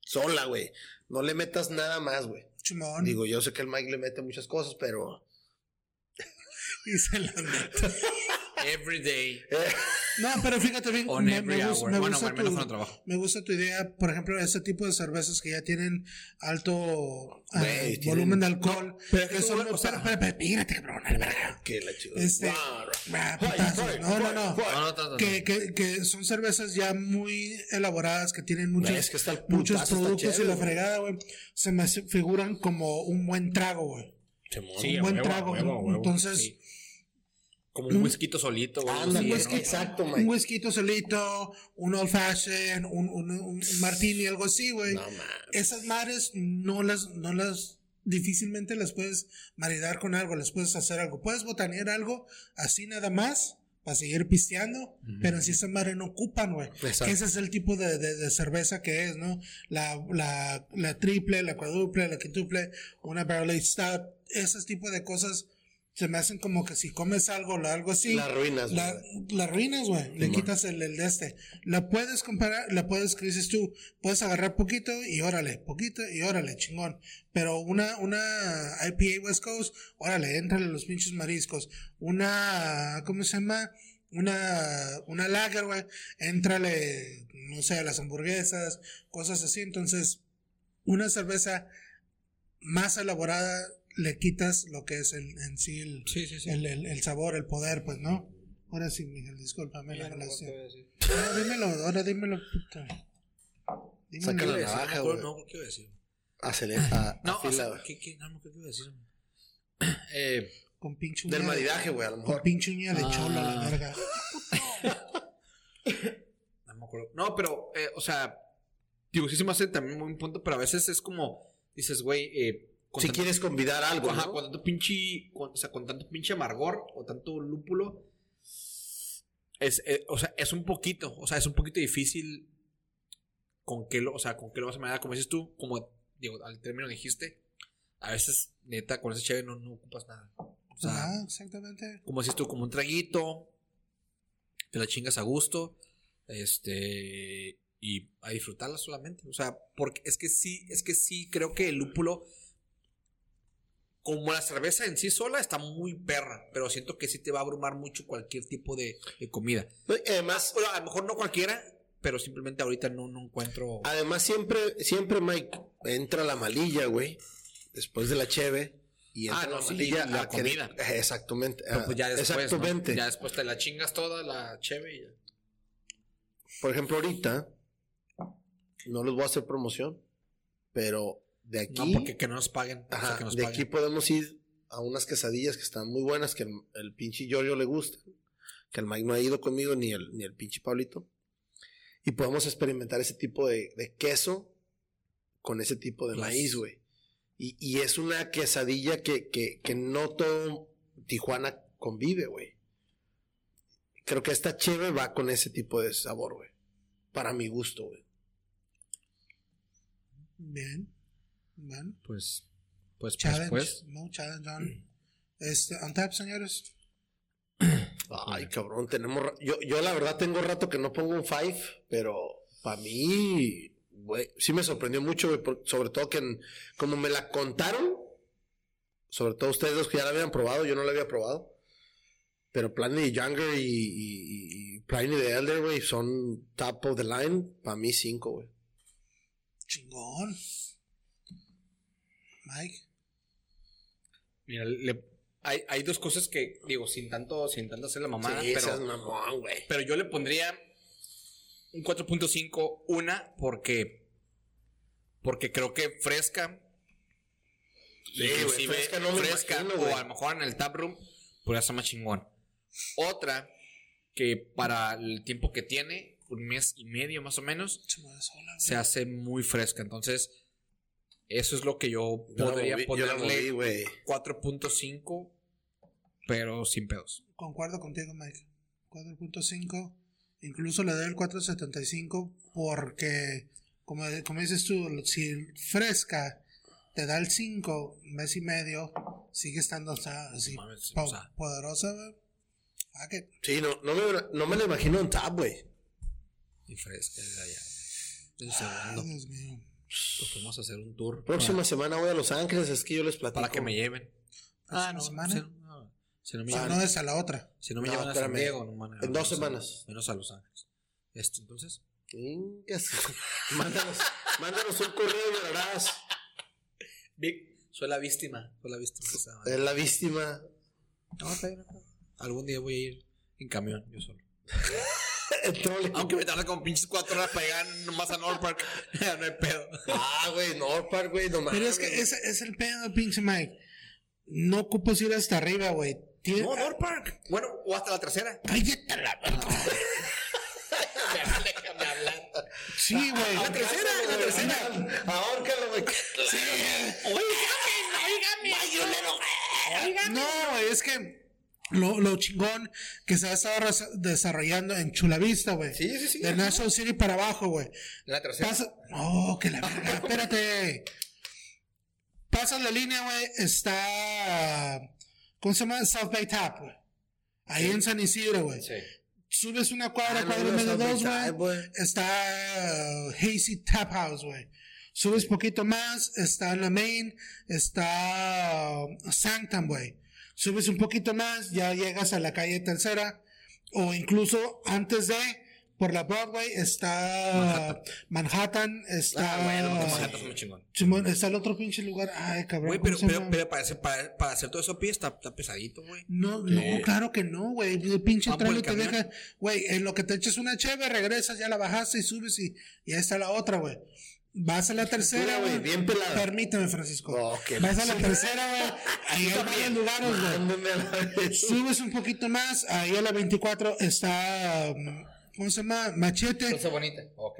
D: Sola, güey. No le metas nada más, güey.
C: Chimón.
D: Digo, yo sé que el Mike le mete muchas cosas, pero...
C: *laughs* Y se la meto.
A: Every day.
C: No, pero fíjate bien.
A: On
C: me,
A: every
C: me gus-
A: hour.
C: me
A: Bueno,
C: gusta
A: al menos
C: tu-
A: cuando trabajo.
C: Me gusta tu idea, por ejemplo, ese tipo de cervezas que ya tienen alto ah,
D: Güey, tienen-
C: volumen de alcohol.
A: pero
C: que
A: es que
C: son
A: tú,
C: muy-
A: o sea-
C: espera, espera, espera, mírate, cabrón, a la verga.
D: Que la chido.
C: Este-
D: Guau,
C: Ah,
D: Ay,
C: putazos. *laughs*
D: ay,
C: No, no,
D: ay,
C: no.
A: No,
D: ay.
A: no, no, no.
C: Que, que, que son cervezas ya muy elaboradas, que tienen muchos,
D: Güey, es que está el
C: muchos
D: putazo, está
C: productos y
D: chévere,
C: la
D: güey.
C: fregada, güey. Se me hace- figuran como un buen trago, güey.
D: Simón.
A: Sí,
C: un
A: a
C: buen
A: huevo, a
C: trago,
A: huevo, a huevo,
C: entonces-
A: sí. Como un whisky solito, güey.
D: Anda,
A: sí,
D: pues,
A: ¿no?
D: que- exacto,
C: Un
D: Mike.
C: whisky solito, un old fashion, un, un, un martini, algo así, güey.
D: No, mames.
C: Esas madres no las, no las, difícilmente las puedes maridar con algo, las puedes hacer algo. Puedes botanear algo así nada más para seguir pisteando, pero si esa madre no ocupan, güey.
D: Exacto.
C: Ese es el tipo de, de- de cerveza que es, ¿no? La, la, la triple, la cuádruple, la quintuple, una barrel aged stout, ese tipo de cosas se me hacen como que si comes algo o algo así.
D: Las ruinas,
C: La,
D: güey.
C: las ruinas, güey. Le
D: Simón.
C: quitas el, el de este. La puedes comparar, la puedes, que dices tú, puedes agarrar poquito y órale, poquito y órale, chingón. Pero una, una IPA West Coast, órale, entrale los pinches mariscos. Una, ¿cómo se llama? Una, una lager, güey. Entrale, no sé, a las hamburguesas, cosas así. Entonces, una cerveza más elaborada le quitas lo que es el, en sí el,
A: Sí, sí, sí.
C: el, el, el sabor, el poder, pues, ¿no? Ahora sí, Miguel, discúlpame la relación. No, dímelo, ahora dímelo, puta. Dímelo.
D: Saca la
A: Sí,
D: navaja,
A: no,
D: güey.
A: no, ¿qué iba a decir?
D: Acelera. a-
A: No, o
D: afila,
A: sea,
D: güey.
A: ¿qué, qué, no, ¿qué iba a decir? *clears throat* Eh,
C: Con pinche uña.
D: Del
C: de-
D: maridaje, güey, a lo
C: Con
D: mejor.
C: pinche uña de
A: Ah.
C: cholo a la verga.
A: no me acuerdo. No, pero, eh, o sea, digo, sí se me hace también un punto, pero a veces es como, dices, güey, eh, con
D: Si
A: tanto-
D: quieres convidar algo,
A: Ajá,
D: ¿no?
A: con tanto pinche. con- o sea, con tanto pinche amargor o tanto lúpulo. Es, eh, o sea, es un poquito. O sea, es un poquito difícil. Con qué lo, o sea, con qué lo vas a manejar. Como dices tú, como digo, al término dijiste. A veces, neta, con ese chévere no, no ocupas nada. O sea,
C: Ah, exactamente.
A: como dices tú, como un traguito. Te la chingas a gusto. Este. Y a disfrutarla solamente. O sea, porque es que sí, es que sí, creo que el lúpulo. Como la cerveza en sí sola está muy perra, pero siento que sí te va a abrumar mucho cualquier tipo de, de comida.
D: No, y Además,
A: O sea, a lo mejor no cualquiera, pero simplemente ahorita no, no encuentro.
D: además siempre, siempre, Mike, entra la malilla, güey. Después de la cheve. Y entra
A: Ah, no,
D: la
A: sí,
D: malilla
A: la
D: a querer-
A: comida.
D: Eh, Exactamente.
A: Pero
D: ah,
A: pues ya después. ¿no?
D: exactamente.
A: Ya después te la chingas toda la cheve y ya.
D: Por ejemplo, ahorita, no les voy a hacer promoción, pero de aquí.
A: No, porque que no nos paguen. o sea,
D: Ajá,
A: que nos
D: de
A: paguen.
D: aquí podemos ir a unas quesadillas que están muy buenas, que el, el pinche Giorgio le gusta, que el Mike no ha ido conmigo, ni el, ni el pinche Pablito. Y podemos experimentar ese tipo de, de queso con ese tipo de
A: Claro.
D: maíz, güey. Y, y es una quesadilla que, que, que no todo Tijuana convive, güey. Creo que esta cheve va con ese tipo de sabor, güey. Para mi gusto, güey.
C: Bien. Bueno.
A: Pues, pues, pues,
C: Challenge.
A: pues.
C: No, challenge
A: Mm.
C: on. Este, on tap, señores.
D: Ay, cabrón, tenemos. ra- Yo, yo la verdad tengo rato que no pongo un five, pero para mí, güey, sí me sorprendió mucho, güey, por- sobre todo que en- como me la contaron, sobre todo ustedes dos que ya la habían probado, yo no la había probado. Pero Planet Younger y, y, y- y Pliny the Elder, güey, son top of the line. Para mí, cinco, güey.
C: Chingón. Mike.
A: Mira, le- hay, hay dos cosas que, digo, sin tanto, sin tanto hacer la mamada,
D: sí, esa es
A: pero,
D: mamón, güey.
A: pero yo le pondría un 4.5, una, porque, porque creo que fresca,
D: Sí, güey,
A: inclusive
D: fresca no me
A: fresca,
D: imagino,
A: o
D: güey.
A: a lo mejor en el taproom, podría ser más chingón. Otra, que para el tiempo que tiene, un mes y medio más o menos,
C: Se mueve sola, güey.
A: se hace muy fresca. Entonces, eso es lo que yo
D: Yo la
A: podría
D: moví- yo la
A: ponerle.
D: moví, güey.
A: 4.5, pero sin pedos.
C: Concuerdo contigo, Mike. 4.5. Incluso le doy el 4.75 porque, como, como dices tú, si fresca te da el 5, mes y medio, sigue estando o sea, así
A: mames, sí,
C: po-
A: o sea.
C: poderosa, güey. Ah, que
D: Sí, no, no me, no me lo imagino en tab, güey.
A: Y fresca es allá. El
C: Ay,
A: segundo.
C: Dios mío.
A: Pues vamos a hacer un tour.
D: Próxima semana voy a Los Ángeles, es que yo les platico.
A: Para, para que me lleven.
C: Ah, no, semana.
A: Si no, si no me
C: O sea,
A: llevan,
C: no es a la otra.
A: si no me
D: No,
A: llevan a San
D: espérame.
A: Diego, no man,
D: En dos
A: menos a-
D: semanas.
A: menos a Los Ángeles. Esto, entonces.
D: Chingas. *laughs* mándanos, mándanos un correo y llorarás.
A: Vic, soy la víctima. Soy la víctima. de esa madre.
D: Es la víctima.
A: No, está bien, no. Algún día voy a ir en camión, yo solo.
D: El
A: Ah,
D: trole.
A: Aunque me tarde como pinches cuatro horas para llegar nomás a North Park. *laughs* no hay pedo.
D: Ah, güey, North Park, güey, no mames.
C: Pero es que ese es el pedo, pinche Mike. No ocupas ir hasta arriba, güey. Tiene-
A: No, North Park. Bueno, o hasta la tercera.
C: Cállate la Sí, güey.
A: Ah, la tercera, la tercera.
D: Ahórcalo, güey.
C: No, güey, es que lo, lo chingón que se ha estado res- desarrollando en Chulavista, güey.
A: Sí, sí, sí.
C: De National City para abajo, güey.
A: La tercera.
C: Pasa. Oh, que la verga. Espérate. Pasa la línea, güey. Está. ¿Cómo se llama? South Bay Tap, güey. Ahí en San Isidro, güey.
A: Sí.
C: Subes una cuadra,
D: Ah, no,
C: cuadra y
D: no,
C: media,
D: South Bay
C: dos,
D: Tap,
C: güey.
D: güey.
C: Está uh, Hazy Tap House, güey. Subes poquito más, está la Main, está uh, Sanctum, güey. Subes un poquito más, ya llegas a la calle tercera. O incluso antes de, por la Broadway, está Manhattan, está,
A: Ah, bueno, porque
C: uh,
A: Manhattan es muy chingón.
C: Simón, está el otro pinche lugar. Ay, cabrón.
A: Güey,
C: ¿cómo
A: pero,
C: se
A: pero,
C: llama?
A: pero para, hacer, para, para hacer todo eso a pie está, está pesadito, güey.
C: No, no, claro que no, güey. El pinche
A: Va por
C: trailer
A: el
C: te
A: camión.
C: deja, güey, en lo que te echas una cheve, regresas, ya la bajaste y subes y ya está la otra, güey. Vas a la tercera,
D: Dura, güey,
C: güey.
D: bien pelada.
C: Permíteme, Francisco.
D: Oh, qué
C: Vas a la tercera, güey. Ahí hay varios lugares, güey.
D: Mándame a la vez.
C: Subes un poquito más, ahí a la 24 está, um, ¿cómo se llama? Machete.
A: bonita. Ok.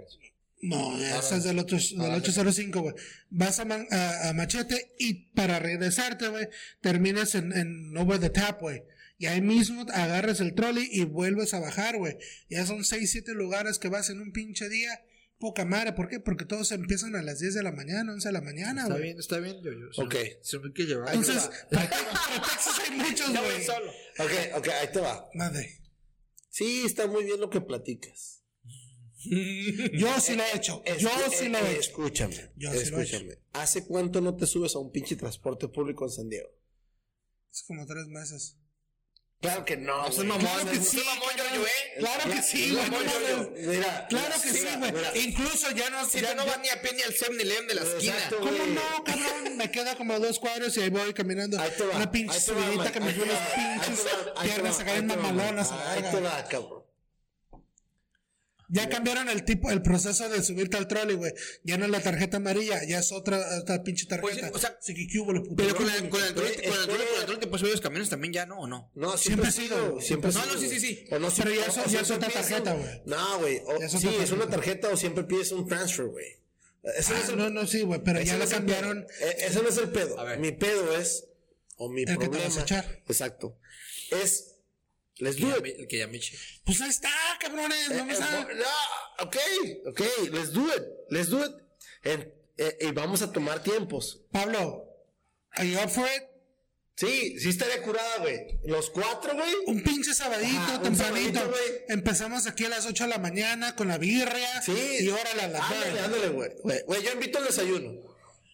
C: No,
A: no, Ah,
C: esa es del, otro, del 805, güey. Vas a, man- a- a Machete y para regresarte, güey, terminas en, en Over the Tap, güey. Y ahí mismo agarras el trolley y vuelves a bajar, güey. Ya son 6, 7 lugares que vas en un pinche día. Poca madre, ¿por qué? Porque todos empiezan a las 10 de la mañana, 11 de la mañana,
A: Está
C: güey.
A: bien, está bien, yo, yo.
D: Ok.
A: Se me quiere llevar.
C: Entonces, pre- *laughs* pretextos hay muchos, güey.
D: Ok, ok, ahí te va.
C: Madre.
D: Sí, está muy bien lo que platicas.
C: Yo sí lo he hecho. Yo
D: Escu-
C: sí
D: eh,
C: lo
D: eh,
C: he hecho.
D: Escúchame.
C: Yo sí lo he
D: escúchame. ¿Hace cuánto no te subes a un pinche transporte público en San Diego?
C: Es como tres meses.
D: Claro que no.
A: No seas
D: güey.
A: mamón,
D: Claro que
A: güey.
D: sí.
A: No seas mamón, yo, yo, eh.
C: Claro que sí, güey.
D: Mamón,
C: no
D: yo,
C: mames.
D: yo. Mira.
C: Claro que sí,
D: mira,
C: güey.
D: mira.
C: Incluso ya no.
A: Si
C: ya-
A: tú no
C: ya-
A: vas ni a pie ni al 7-Eleven de la esquina.
D: Exacto,
C: ¿Cómo
D: güey.
C: no, cabrón? Me queda como a dos cuadros y ahí voy caminando.
D: Ahí te va.
C: Una pinche
D: ahí te va,
C: subidita
D: Mike,
C: que me
D: ahí
C: dio
D: te
C: las
D: va,
C: pinches
D: ahí te va, ahí te
C: piernas
D: va,
C: acá en
D: ahí te va,
C: mamalonas. a la
D: Ahí
C: verga,
D: te
C: güey.
D: va, cabrón.
C: Ya cambiaron el tipo, el proceso de subirte al trolley, güey. Ya no es la tarjeta amarilla, ya es otra, otra pinche
A: Pues sí,
C: tarjeta.
A: o sea,
C: sí que qué hubo, los putos.
A: Pero con el con el trolley-
D: Güey,
A: con el trolley-
D: espera.
A: con el trolley te puedes subir a los camiones también ya, ¿no? ¿O no?
D: No,
C: Siempre
D: siempre,
C: ha
D: ha
C: sido,
D: sido. Siempre ha
A: No,
D: sido,
A: no, sí, sí,
D: güey.
A: sí.
D: O no,
C: Pero ya
D: o-
C: eso-
D: o
C: ya
D: siempre
C: es otra
D: pides
C: tarjeta,
D: un-
C: güey.
D: No, güey. o-
C: Ya es
D: Sí,
C: otra
D: es una tarjeta o siempre pides un transfer, güey. Eso no
C: Ah,
D: es el-
C: no, no, sí, güey, pero
D: ese
C: ya
D: no
C: lo
D: es el
C: cambiaron.
D: pedo. Eh, Ese no es el pedo.
A: A ver.
D: Mi pedo es. O mi
C: El que te
D: problema.
C: vas a echar.
D: Exacto. Es. Les
A: El que
D: do
A: ya
D: it.
A: me- El que ya me eché.
C: Pues ahí está, cabrones, no me
D: Eh,
C: saben.
D: eh, no, ok, ok. Let's do it. Let's do it. En- eh, y vamos a tomar tiempos.
C: Pablo, ¿are you up for it?
D: Sí, sí estaría curada, güey. Los cuatro, güey.
C: Un pinche sabadito,
D: Ajá, un
C: tempranito.
D: sabadito, güey.
C: Empezamos aquí a las 8 de la mañana con la birria.
D: Sí.
C: Y órale a la
D: Ándale,
C: verga.
D: ándale, güey. Güey, Güey, yo invito al desayuno.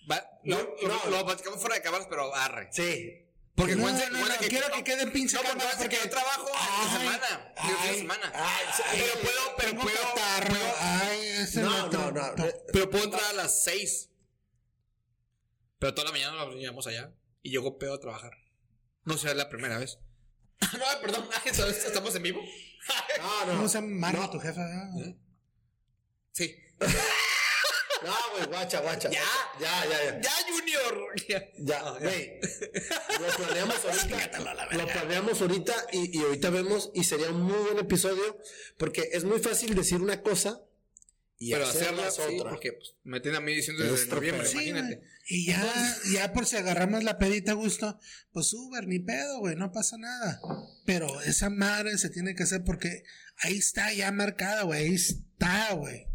A: Va- No,
D: No,
A: lo-
D: no.
A: lo platicamos fuera de cámaras, pero arre.
D: Sí.
A: Porque
C: No,
A: acuérdense-
C: no, no,
A: acuérdense
C: quiero que quede en pinche
A: No, porque
C: cámara,
A: acuérdense que
C: porque-
A: yo trabajo
C: Ay,
A: en semana. Yo fin de
C: ay,
A: semana.
D: ay,
A: pero puedo, pero
C: Tengo
A: puedo,
C: catarro.
A: puedo-
C: Ay, ese
D: No,
C: vato.
D: no, no. re-
A: pero puedo entrar a las 6. Pero toda la mañana nos llegamos allá y llegó pedo a trabajar. No será la primera *laughs* vez. no, perdón, *laughs* estamos en vivo. *laughs*
D: No, no.
C: ¿Cómo se llama Marco,
D: No.
C: tu jefa?
A: sí.
D: No, güey, guacha, guacha.
A: Ya.
D: ya, ya, ya.
A: Ya, Junior.
D: Ya, güey. Lo planeamos ahorita. lo planeamos ahorita y, y ahorita vemos. Y sería un muy buen episodio. Porque es muy fácil decir una cosa y
A: pero hacerla
D: hacerla es
A: sí,
D: otra.
A: porque pues, me tiene a mí diciendo
D: Es
A: desde
D: otro
A: noviembre,
D: pedo.
C: Sí,
A: imagínate.
C: güey. y ya, ya por si agarramos la pedita a gusto, pues Uber, ni pedo, güey, no pasa nada. Pero esa madre se tiene que hacer porque ahí está ya marcada, güey, ahí está, güey.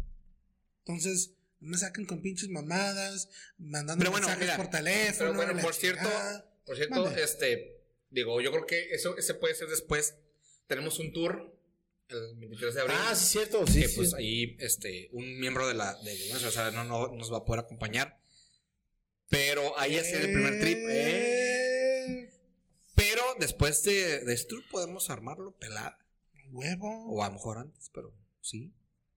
C: Entonces, No me sacan con pinches mamadas, mandando
A: Pero bueno,
C: mensajes
A: mira,
C: por teléfono.
A: Pero bueno,
C: la
A: por cierto,
C: chingada.
A: por cierto,
C: Mande.
A: este, digo, yo creo que eso ese puede ser después. Tenemos un tour el 23 de abril.
D: Ah, sí, cierto. Sí,
A: que
D: sí.
A: pues ahí este un miembro de la de bueno, o sea, no, no nos va a poder acompañar. Pero ahí es el primer trip. ¿eh? Pero después de, de este tour podemos armarlo pelada.
C: Huevo.
A: O a lo mejor antes, pero sí.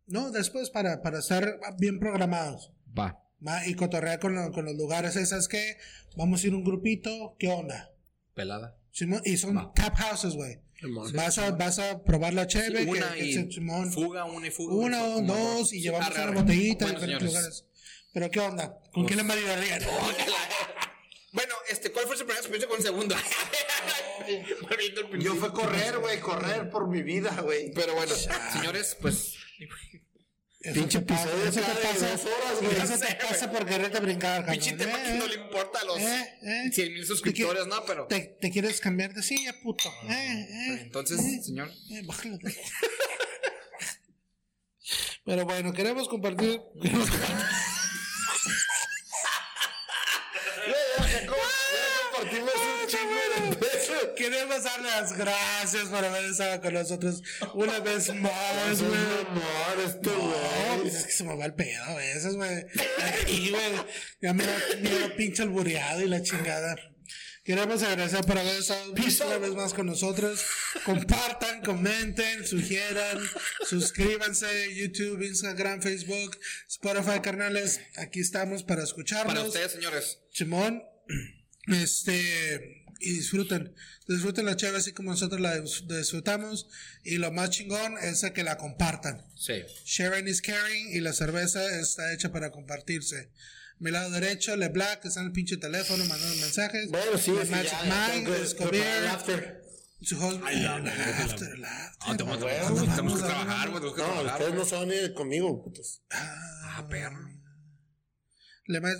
C: No, después para, para estar bien programados.
A: Va.
C: va, Y cotorrear con, lo- con los lugares esas que vamos a ir un grupito, ¿qué onda?
A: Pelada.
C: Simón, y son
A: Va.
C: tap houses, güey.
D: Simón.
C: Vas a, vas a probar la cheve, que-
A: una
C: que,
A: y
C: se- Simón.
A: fuga, una y fuga.
C: Una,
A: una y fuga,
C: dos,
A: una.
C: y llevamos
A: Arre, arre.
C: una botellita
A: Bueno,
C: en diferentes
A: señores. Pues
C: lugares. Pero ¿qué onda? ¿Con quién le maridaría?
A: *laughs* Bueno, este, ¿cuál fue su primera experiencia con el segundo? *laughs* Volviendo al
E: Yo
A: principio.
E: fue correr, güey, correr por mi vida, güey.
D: Pero bueno,
A: Señores, pues.
D: Pinche episodio
C: Eso te
D: cada
C: pasa,
D: dos horas, güey.
C: eso
A: *laughs*
C: te pasa por quererte brincar, cabrón.
A: Pinche tema que no le
C: Eh,
A: importa a los
C: eh, eh.
A: 100 mil suscriptores, ¿no? Pero.
C: Te, te quieres cambiar de silla, puto. Eh, eh,
A: Pues Entonces, señor.
C: eh, bájale. *laughs* Pero bueno,
A: *laughs*
C: queremos compartir. queremos compartir-
D: compartimos un chingo de pesos.
C: Queremos dar las gracias por haber estado con nosotros una vez más,
D: Es un
C: güey.
D: amor este
C: No,
D: güey.
C: pues es que se me va el pedo a veces, güey. Aquí, güey. Ya me da, me da pinche albureado y la chingada. Queremos agradecer por haber estado una vez más con nosotros. Compartan, comenten, sugieran, suscríbanse, YouTube, Instagram, Facebook, Spotify, carnales. Aquí estamos para escucharnos.
A: Para ustedes, señores.
C: Simón, este, y disfruten, disfruten la chévere así como nosotros la dis- disfrutamos. Y lo más chingón es a que la compartan.
A: Sí.
C: Sharing is caring y la cerveza está hecha para compartirse. Mi lado derecho, Le Black, que está en el pinche teléfono mandando mensajes.
D: Bueno, sí,
C: The
D: sí,
C: Magic
D: ya, ya,
C: Mike,
D: tengo que
C: Escobar,
D: preparar el after.
C: su host- el after, el after.
A: tenemos,
C: Ah,
A: tenemos-
C: huevo,
A: tenemos que
C: vamos a ver.
A: trabajar, güey. Tenemos que
D: No,
A: trabajar.
D: ustedes no se van a ir conmigo, putos.
A: Ah, perro.
C: Le Ma- No,